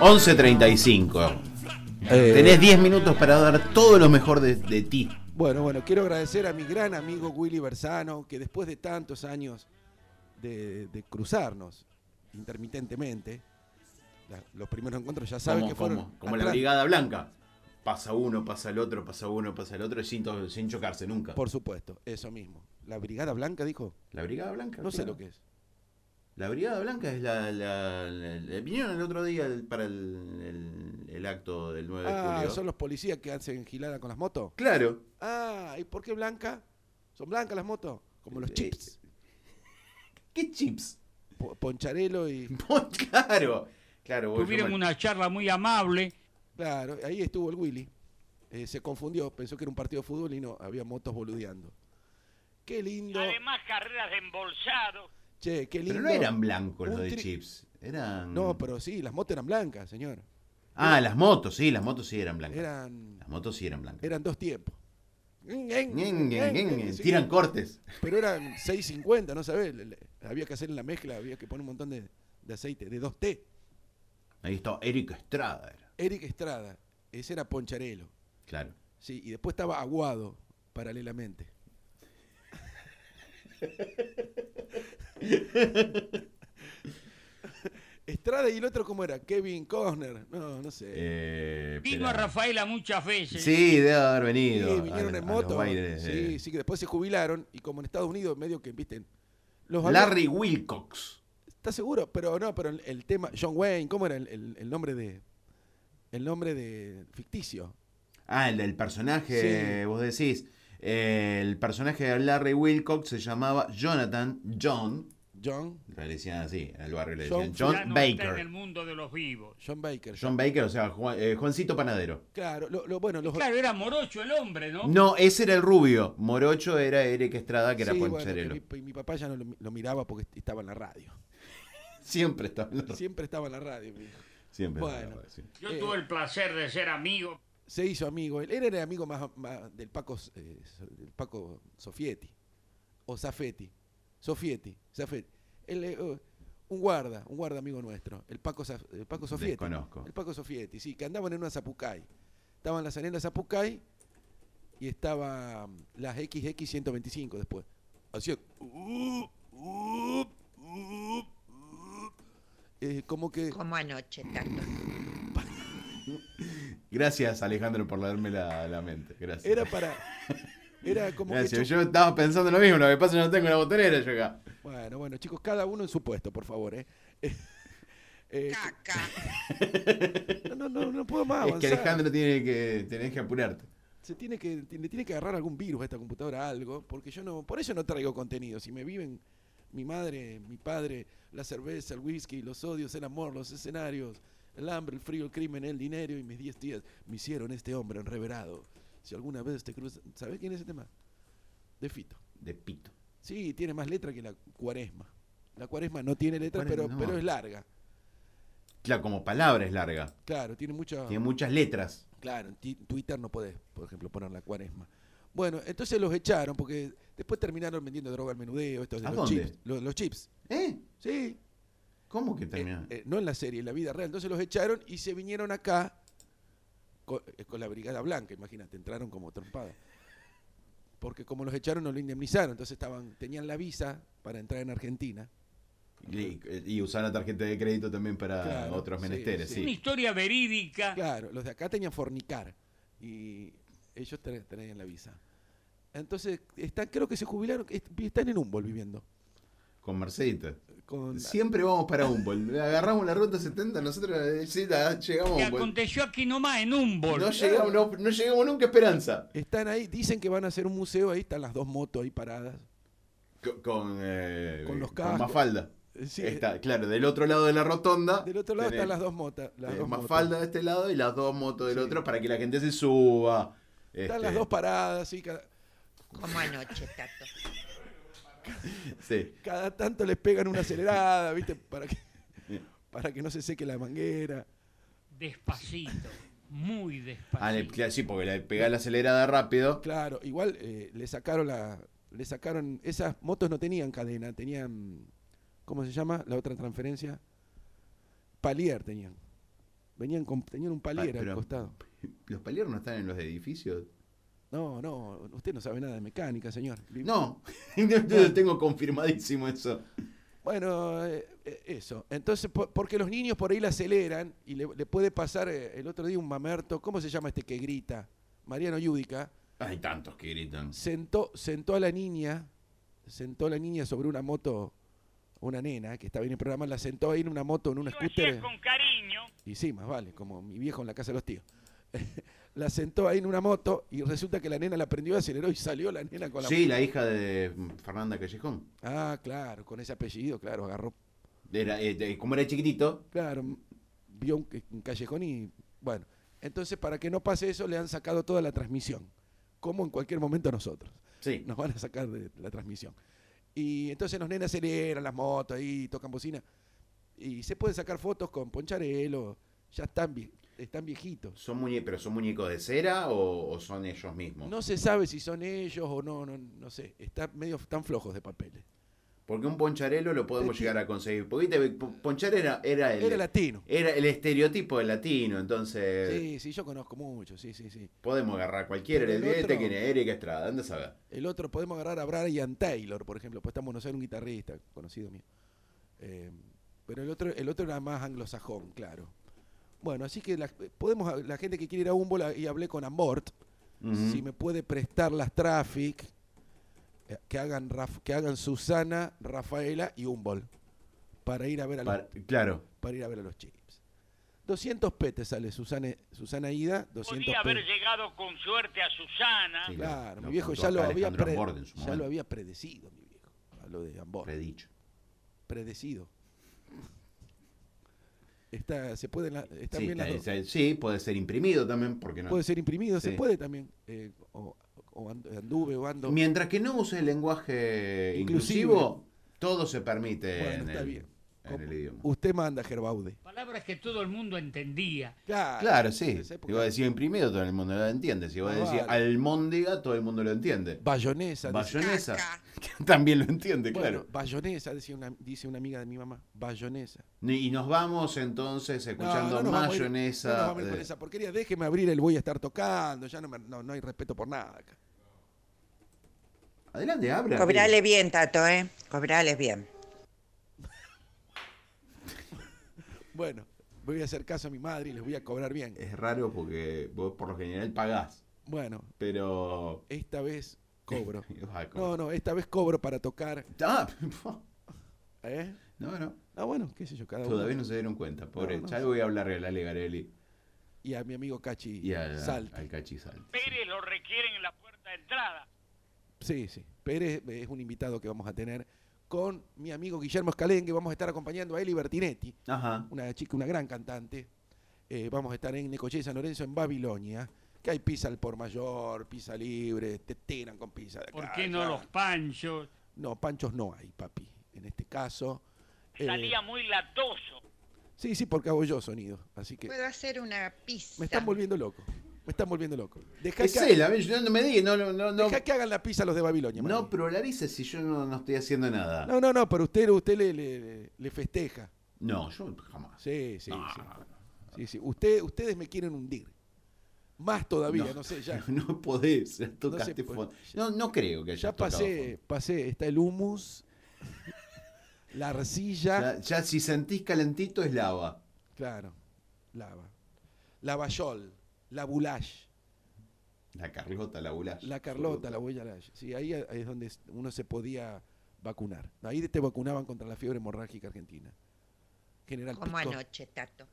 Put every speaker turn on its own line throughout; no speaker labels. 11.35.
Eh,
Tenés 10 minutos para dar todo lo mejor de, de ti.
Bueno, bueno, quiero agradecer a mi gran amigo Willy Bersano, que después de tantos años de, de cruzarnos intermitentemente, la- los primeros encuentros ya saben
Como-
que fueron.
como, como la
atrás.
Brigada Blanca. Pasa uno, pasa el otro, pasa uno, pasa el otro, sin, to- sin chocarse nunca.
Por supuesto, eso mismo. La Brigada Blanca dijo.
¿La Brigada Blanca?
No sé
claro.
lo que es.
La Brigada Blanca es la. la, la- la- vinieron el otro día el- para el, el- el acto del 9 de
Ah,
julio.
son los policías que hacen gilada con las motos.
Claro.
Ah, ¿y por qué blanca? ¿Son blancas las motos? Como los
Eh,
chips.
¿Qué chips?
Po- Poncharelo y.
claro. Claro, vos, yo
Tuvieron
me-
una charla muy amable.
Claro, ahí estuvo el Willy. Eh, se confundió, pensó que era un partido de fútbol y no, había motos boludeando. Qué lindo.
Además, carreras de embolsado.
Che, qué lindo.
Pero no eran blancos los
Un
de
tri-
chips. Eran.
No, pero sí, las motos eran blancas, señor.
Ah, las motos, sí, las motos sí eran blancas.
Eran,
Las motos sí eran blancas.
eran dos tiempos. Ñen,
Ñen, ñen,
ñen, ñen,
ñen,
ñen,
ñen,
sí.
Tiran cortes.
Pero eran 6.50, no sabés. le- le- Había que hacer en la mezcla, había que poner un montón de, de aceite, de 2T.
Ahí está Eric Estrada. era.
Eric Estrada, ese era Poncharelo.
Claro.
Sí, y después estaba Aguado, paralelamente. Estrada y el otro, ¿cómo era? Kevin Costner. No, no sé.
Eh,
Vino a
pero-
Rafaela muchas veces.
Sí, debe haber
Sí,
venido. a-
vinieron
a
en
los
moto.
bailes de-
sí, sí, que después se jubilaron y como en Estados Unidos medio que, viste, los
Larry Wilcox.
¿Estás seguro? Pero no, pero el, el tema, John Wayne, ¿cómo era el, el- el nombre de... El nombre de ficticio.
Ah, el del personaje, vos decís. Eh, el personaje de Larry Wilcox se llamaba Jonathan John.
John,
Le decían así, al barrio le
John
decían
Ya
John
no está en el
Baker.
mundo de los vivos.
John Baker.
John Baker, o sea, Juan- eh, Juancito Panadero.
Claro, lo, lo- bueno, los...
Claro, era morocho el hombre, ¿no?
No, ese era el rubio. Morocho era Eric Estrada, que era
Sí, bueno,
Poncharelo.
que mi, mi papá ya no lo, lo miraba porque est- estaba en la radio.
Siempre está hablando.
Siempre estaba en la radio, mi hijo.
Siempre está
Bueno.
hablando, sí.
Yo
Eh.
tuve el placer de ser amigo.
Se hizo amigo. Él era el amigo más, más del Paco eh, so- del Paco Sofietti. O Zafetti. Sofietti. Zafetti. Él, eh, oh, un guarda, un guarda amigo nuestro. El Paco, Zaf- el Paco Sofietti.
Desconozco.
El Paco Sofietti, sí, que andaban en una Zapucay. Estaban las arenas Zapucay y estaba mm, las XX 125 después. uh, Hacía. uh, Eh, como que.
Como anoche, tanto.
Gracias, Alejandro, por leerme la, la mente. Gracias.
Era para. Era como que.
Gracias. Yo estaba pensando lo mismo. Lo que pasa es que no tengo una botonera yo acá.
Bueno, bueno, chicos, cada uno en su puesto, por favor, ¿eh? Eh,
Caca.
no, no, no, no puedo
es
más
que
avanzar.
Alejandro tiene que. tenés que apurarte.
Se tiene que, le tiene que agarrar algún virus a esta computadora, algo, porque yo no, por eso no traigo contenido. Si me viven mi madre, mi padre, la cerveza, el whisky, los odios, el amor, los escenarios, el hambre, el frío, el crimen, el dinero y mis 10 días me hicieron este hombre enreverado. Si alguna vez te cruzas, ¿sabes quién es ese tema? De Fito.
De pito.
Sí, tiene más letra que la cuaresma. La cuaresma no tiene letra,
Cuaresma,
pero,
no.
pero es larga.
Claro, como palabra es larga.
Claro, tiene mucha...
Tiene muchas letras.
Claro, en ti- Twitter no podés, por ejemplo, poner la cuaresma. Bueno, entonces los echaron porque después terminaron vendiendo droga al menudeo, estos de
¿A
los
dónde?
chips. Los, los chips,
¿Eh?
sí.
¿Cómo que
Eh,
terminó?
eh, no en la serie, en la vida real. Entonces los echaron y se vinieron acá co- eh, con, la Brigada Blanca, imagínate, entraron como trompadas. Porque como los echaron no lo indemnizaron, entonces estaban, tenían la visa para entrar en Argentina.
Y, y usar la tarjeta de crédito también para
Claro,
otros
sí,
menesteres,
sí.
sí.
Una historia verídica.
Claro, los de acá tenían fornicar y ellos tra- traían la visa. Entonces, están, creo que se jubilaron, est- vi- están en Humboldt viviendo.
Con Mercedita.
Con,
Siempre vamos para Humboldt. Agarramos la ruta 70, nosotros eh, sí, la- llegamos
Que
a Humboldt.
aconteció aquí nomás en un bol.
No llegamos, no, no llegamos nunca a Esperanza.
Están ahí, dicen que van a hacer un museo, ahí están las dos motos ahí paradas.
Con, con, eh,
Con los
Con
cascos.
Mafalda.
Eh, sí, eh,
Está, claro, del otro lado de la rotonda.
Del otro lado
tenés,
están las dos motas. Las
eh,
dos motos.
Mafalda de este lado y las dos motos del
Sí.
otro para que la gente se suba.
Están
Este,
las dos paradas, sí, cada,
Como anoche, Tato.
Sí.
cada tanto les pegan una acelerada, ¿viste? Para que, para que no se seque la manguera.
Despacito. Muy despacito.
Ah, le- claro, sí, porque le pegá la acelerada rápido.
Claro, igual eh, le sacaron la. Le sacaron. Esas motos no tenían cadena, tenían. ¿Cómo se llama? La otra transferencia. Palier tenían. Venían con- tenían un palier
Pa-
al
Ah, pero-
costado.
¿Los palieros no están en los edificios?
No, no, usted no sabe nada de mecánica, señor. Li-
No, yo lo tengo confirmadísimo eso.
Bueno, eh, eh, eso. Entonces, po- porque los niños por ahí la aceleran y le, le puede pasar eh, el otro día un mamerto, ¿cómo se llama este que grita? Mariano Yudica.
Hay tantos que gritan.
Sentó, sentó a la niña, sentó a la niña sobre una moto, una nena que está bien en el programa, la sentó ahí en una moto, en un scooter.
con cariño.
Y sí, más vale, como mi viejo en la casa de los tíos. la sentó ahí en una moto y resulta que la nena la prendió, aceleró y salió la nena con la
Sí, la hija de Fernanda Callejón.
Ah, claro, con ese apellido, claro, agarró.
Era, eh, de- como era chiquitito,
Claro, m- vio un, ca- un callejón y bueno. Entonces, para que no pase eso, le han sacado toda la transmisión. Como en cualquier momento nosotros.
sí.
Nos van a sacar de la transmisión. Y entonces los nenes aceleran las motos ahí, tocan bocina. Y se pueden sacar fotos con Poncharelo. Ya están, vie- están viejitos.
Son muñe ¿Pero son muñecos de cera o, o son ellos mismos?
No se sabe si son ellos o no, no, no sé. Está medio tan flojos de papeles.
Porque un poncharelo lo podemos llegar a conseguir. Porque viste, po- ponchar era, era, el,
Era latino.
era el estereotipo del latino, entonces
Sí, sí, yo conozco mucho, sí, sí, sí.
podemos agarrar cualquiera.
Pero
El
el
este
otro-
quién es Erika Estrada, anda a saber.
El otro, podemos agarrar a Brian Taylor, por ejemplo, pues está en Buenos Aires un guitarrista conocido mío. Eh, pero el otro, el otro era más anglosajón, claro. Bueno, así que la, podemos, la gente que quiere ir a Humboldt la- y hablé con Amort,
Ujú.
si me puede prestar las Traffic, eh, que hagan, Raf- que hagan Susana, Rafaela y Humboldt, para ir a ver a los
Para- claro.
para ir a ver a los chips. 200 petes sale Susana, Susana Ida, 200
Podía haber
petes.
llegado con suerte a Susana.
Sí.
Claro,
Lo-
mi
lo
viejo
contó
ya lo,
acá
había
Alejandro
pre-
Ambord en su
ya
momento.
lo había predecido, mi viejo, a lo de Ambor.
Predicho.
predecido. Está, se pueden la- están
Sí,
bien las
está-
dos.
está- sí, puede ser imprimido también, porque no.
Puede ser imprimido, se
Sí.
puede también. eh, o, o and- anduve o ando.
Mientras que no use el lenguaje
Inclusive.
inclusivo, todo se permite
Bueno,
en,
está
el,
bien.
en el
Como-
idioma.
Usted manda, Gerbaude.
Palabras que todo el mundo entendía.
Claro,
Claro, sí.
en esa
Si
época-
vos decís imprimido, todo el mundo lo entiende. Si vos
Ah,
decís
vale.
almóndiga, todo el mundo lo entiende.
Bayonesa. dice-
Bayonesa,
Caca.
también lo entiende,
Bueno,
claro.
bayonesa, decía una, dice una amiga de mi mamá. Bayonesa.
Y nos vamos entonces escuchando
nos vamos a ir- no nos
mayonesa. eh,
vamos a ir con
de-
esa porquería. Déjeme abrir el voy a estar tocando. Ya no, me- no, no hay respeto por nada acá.
Adelante, habla.
Cobrale bien, Tato, ¿eh? Cobrale bien.
Bueno, voy a hacer caso a mi madre y les voy a cobrar bien.
Es raro porque vos por lo general pagás,
Bueno,
pero.
esta vez cobro.
Ah,
No, no, esta vez cobro para tocar.
Ah,
¿eh?
no, no.
Ah, bueno, qué sé yo, cada
Todavía
uno.
no se dieron cuenta, pobre.
No, no.
ya le voy a hablar a la Legarelli
Y a mi amigo Cachi
y al,
Salta.
al Cachizal.
Pérez lo requieren en la puerta de entrada.
Sí, sí. Pérez es un invitado que vamos a tener con mi amigo Guillermo Escalengue. Vamos a estar acompañando a Eli Bertinetti,
Ajá.
una chica, una gran cantante. Eh, vamos a estar en Necochea y San Lorenzo, en Babilonia. Que hay pizza al por mayor, pizza libre, te tiran con pizza. de acá,
¿Por
Ah,
qué no
allá.
los panchos?
No, panchos no hay, papi, en este caso. Eh,
Salía muy latoso.
sí, sí, porque hago yo sonido. Así
Pues,
que
Puedo hacer una pizza.
me están volviendo loco. Me están volviendo loco. Dejá
Es
que,
él, a ver, yo no me di, no, no, no. No,
dejá que hagan la pizza los de Babilonia.
no
Manuel.
pluralice si yo no, no estoy haciendo nada. No,
no, no, no, pero usted, usted le, le- le festeja.
yo jamás.
Sí, sí,
No,
sí.
no, no.
sí, sí. Usted, ustedes me quieren hundir. Más todavía, no, sé, ya.
No podés, ya tocaste
se puede.
fondo. No, no creo que
Ya
hayas tocado
pasé, pasé. Está el humus, la arcilla,
fondo. Ya, ya si sentís calentito es lava.
claro, lava. La bayol, la bulash.
La carlota, la bulash.
La Carlota, la Boyalash. Sí, ahí es donde es- uno se podía vacunar. Ahí te vacunaban contra la fiebre hemorrágica argentina. General
Como
Pico.
anoche, Tato.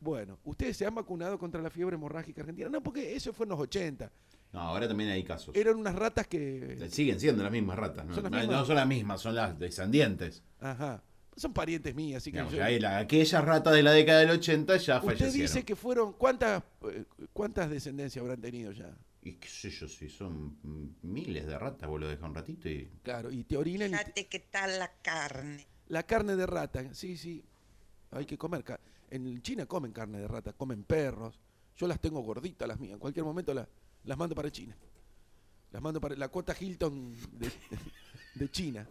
Bueno, ¿ustedes se han vacunado contra la fiebre hemorrágica argentina? No, porque eso fue en los 80.
No, ahora también hay casos. Eh,
Eran unas ratas que...
Siguen siendo las mismas ratas. No
Eh. Son las
No,
mismas.
no son las mismas, son las descendientes.
Ajá. Son parientes mías, así que...
Digamos,
yo-
ya la- aquella rata de la década del 80 ya
usted
fallecieron.
dice que fueron... ¿Cuántas, eh, cuántas descendencias habrán tenido ya?
Y qué sé yo, si son mm, miles de ratas, vos lo dejás un ratito y...
Claro, y te orinan y te-
Fíjate qué tal la carne.
La carne de rata, sí, sí. Hay que comer. ca- En China comen carne de rata, comen perros. Yo las tengo gorditas las mías. En cualquier momento la- las mando para China. Las mando para la cuota Hilton de, de China.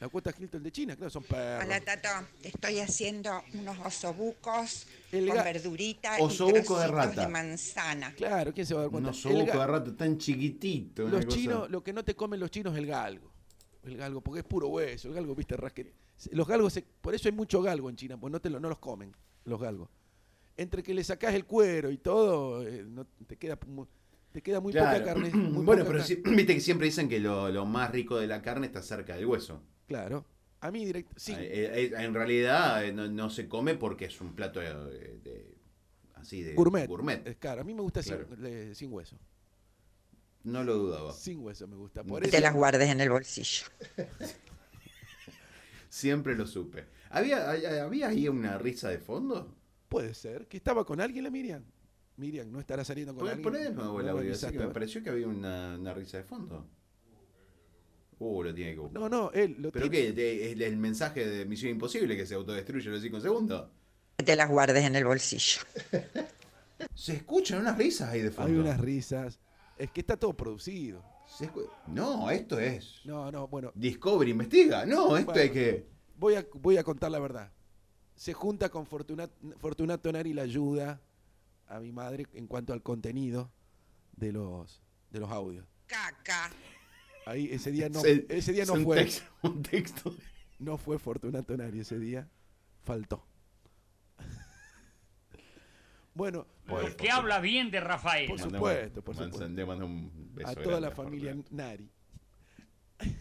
La cuota Hilton de China, claro, son perros.
Hola, Tato. Te estoy haciendo unos osobucos
El
con
ga-
verdurita
Osobuco
y
de
trocitos
rata.
de manzana.
Claro, ¿quién se va a dar
Un
cuenta?
oso
El
buco
ga-
de rato tan chiquitito. una
Los
cosa.
chinos, lo que no te comen los chinos es el galgo. El galgo, porque es puro hueso. El galgo, viste, rasque. Los galgos, se- por eso hay mucho galgo en China, porque no, te lo- no los comen, los galgos. Entre que le sacás el cuero y todo, eh, no, te, queda, mu- te queda muy
Claro.
poca carne.
bueno,
muy poca
pero
carne.
sí- viste que siempre dicen que lo, lo más rico de la carne está cerca del hueso.
Claro. A mí directo. Sí.
Eh, eh, en realidad eh, no, no se come porque es un plato eh, de- así de
Gourmet. Eh. Es caro. A mí me gusta
Claro. Oh.
sin, le- sin hueso.
No lo dudaba.
Sin hueso me gusta. Por
Mm.
Y
eso,
te las guardes en el bolsillo.
Siempre lo supe. ¿Había, hay- hay- ¿Había ahí una risa de fondo?
puede ser que estaba con alguien la Miriam. Miriam, no estará saliendo con
Poné
alguien.
poné de nuevo el
No,
audio,
revisaste,
así que me
¿verdad?
pareció que había una, una risa de fondo. Uh, lo tiene que buscar.
No, no, él lo
¿Pero
tiene-
qué? ¿Te- ¿Es el mensaje de Misión Imposible que se autodestruye a los 5 segundos?
Que te las guardes en el bolsillo.
Se escuchan unas risas ahí de fondo.
Hay unas risas. Es que está todo producido.
Se escu- No, esto es.
No, no, bueno,
Discovery investiga. No, esto
Bueno.
es que.
voy a, voy a contar la verdad. Se junta con Fortunato, Fortunato Nari la ayuda a mi madre en cuanto al contenido de los, de los audios.
Caca.
Ahí ese día eh, no,
se-
ese día
es
no
un
fue.
Texto, un texto.
No fue Fortunato Nari ese día. Faltó. bueno,
Bueno,
Los que habla bien de Rafael.
Por
Mandame-
supuesto, por
man-
supuesto.
Le mando un beso.
a toda
grande
la
a
familia
Fortunato.
Nari.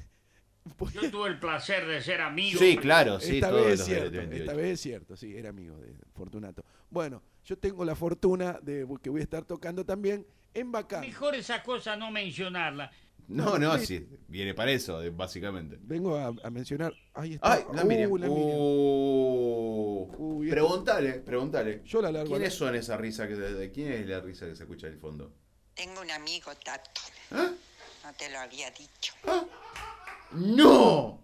Yo tuve el placer de ser amigo.
Sí, claro, sí,
esta
todos
vez es
los de
cierto,
28.
esta vez es cierto, sí, era amigo de Fortunato. Bueno, yo tengo la fortuna de que voy a estar tocando también en Bacán.
Mejor esa cosa no mencionarla.
No, no, sí. Viene para eso, de- básicamente.
Vengo a, a mencionar. Ahí está.
Ay, la Miriam. Oh.
Uh, la Miriam.
Uh.
Uy, esto-
Preguntale, preguntale.
Yo la largo.
¿Quiénes son esa risa que de, de- quién es la risa que se escucha en el fondo? ¿Ah?
Tengo un amigo, Tato. No te lo había dicho.
¡No!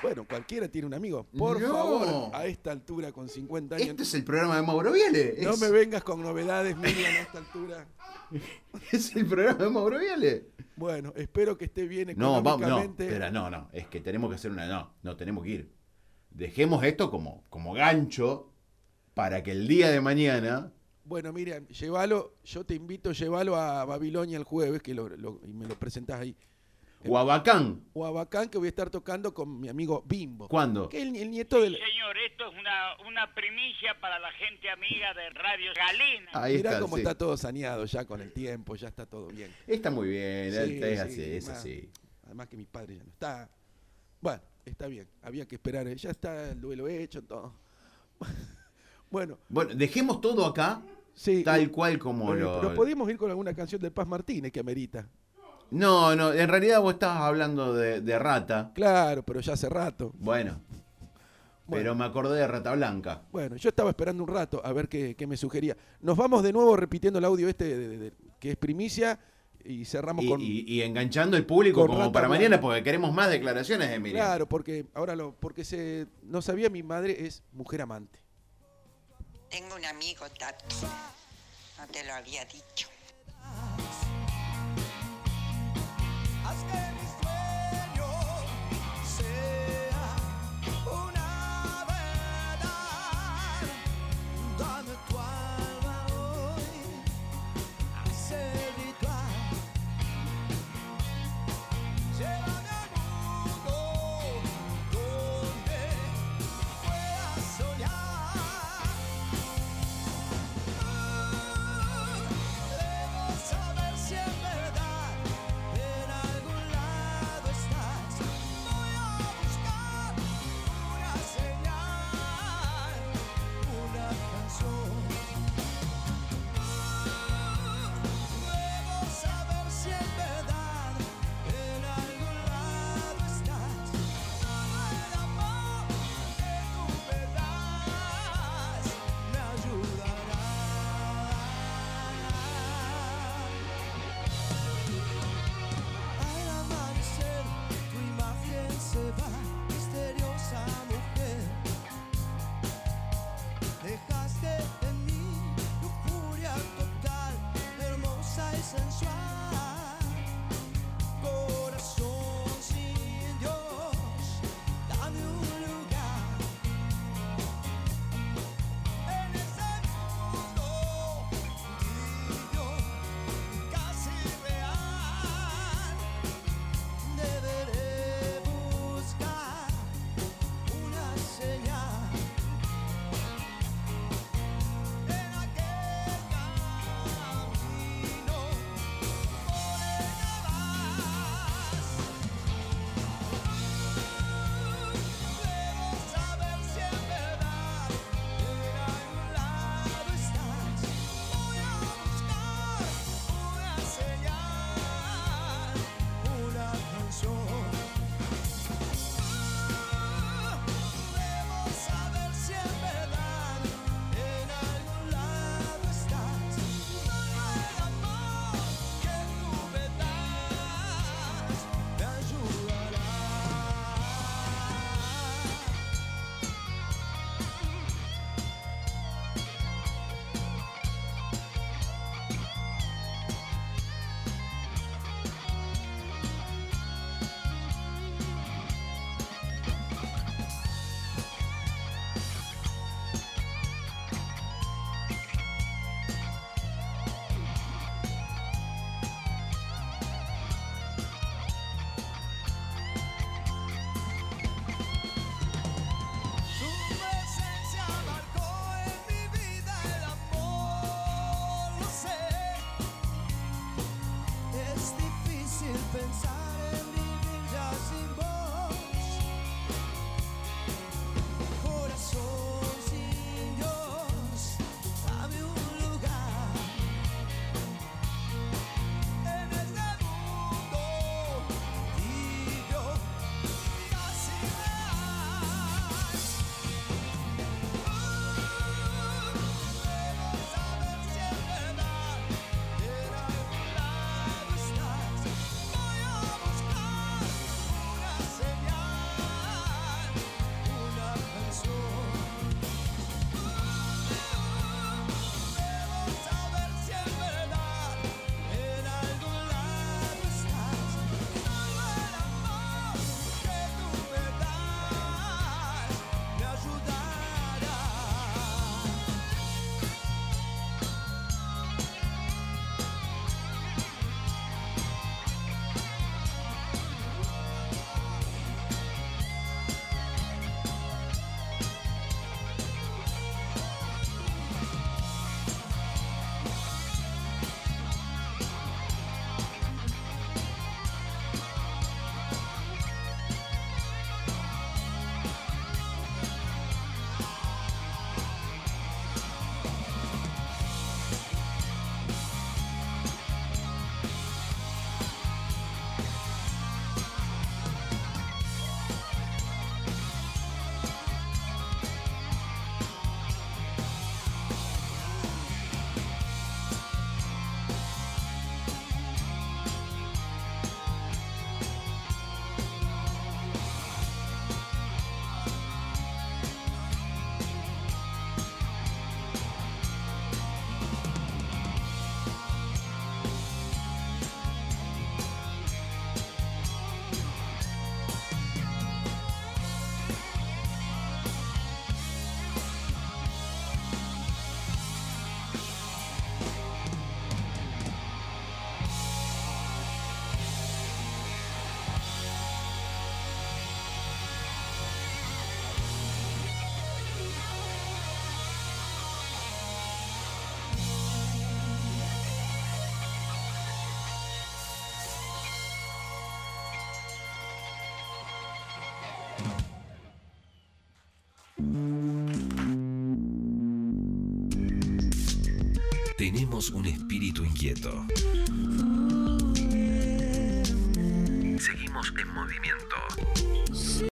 Bueno, cualquiera tiene un amigo. Por
No.
favor, a esta altura, con 50 años,
Este es el programa de Mauro Viale.
no
es,
me vengas con novedades, Miriam, a esta altura.
es el programa de Mauro Viale.
Bueno, espero que esté bien
No, vamos, no,
económicamente.
espera, no, no, es que tenemos que hacer una, no, no tenemos que ir. Dejemos esto como, como gancho para que el día de mañana,
Bueno, Miriam, llévalo, yo te invito, llévalo a Babilonia el jueves, que lo- lo- y me lo presentás ahí. Eh,
Guabacán,
o a Bacán que voy a estar tocando con mi amigo Bimbo.
¿cuándo?
Que el, el nieto del.
Señor, esto es una, una primicia para la gente amiga de Radio Galena.
Ahí
Mirá
está,
cómo
sí.
está todo saneado ya con el tiempo, ya está todo bien.
Está muy bien, es
Sí, sí,
así, es
más-
así.
Además que mi padre ya no está. Bueno, está bien, había que esperar, eh, ya está el duelo hecho, todo. bueno,
Bueno, dejemos todo acá,
sí.
tal
eh,
cual como
eh,
lo...
Pero podemos ir con alguna canción de Paz Martínez que amerita.
No, no, en realidad vos estabas hablando de, de rata.
Claro, pero ya hace rato.
Bueno, pero me acordé de rata blanca.
Bueno, yo estaba esperando un rato a ver qué, qué me sugería. Nos vamos de nuevo repitiendo el audio este de- de- de- que es primicia y cerramos
Y,
con.
y- y enganchando el público
con
como
rata
para
blanca.
mañana, porque queremos más declaraciones de Miriam.
Claro, porque ahora lo, porque se no sabía mi madre es mujer amante.
Tengo un amigo, Tato. No te lo había dicho.
Haz que mi sueño sea una verdad. Dame tu alma hoy, hace ritual. Llévame al mundo donde pueda soñar. Debo saber si es verdad en algún lado. este este
Tenemos un espíritu inquieto. Seguimos en movimiento.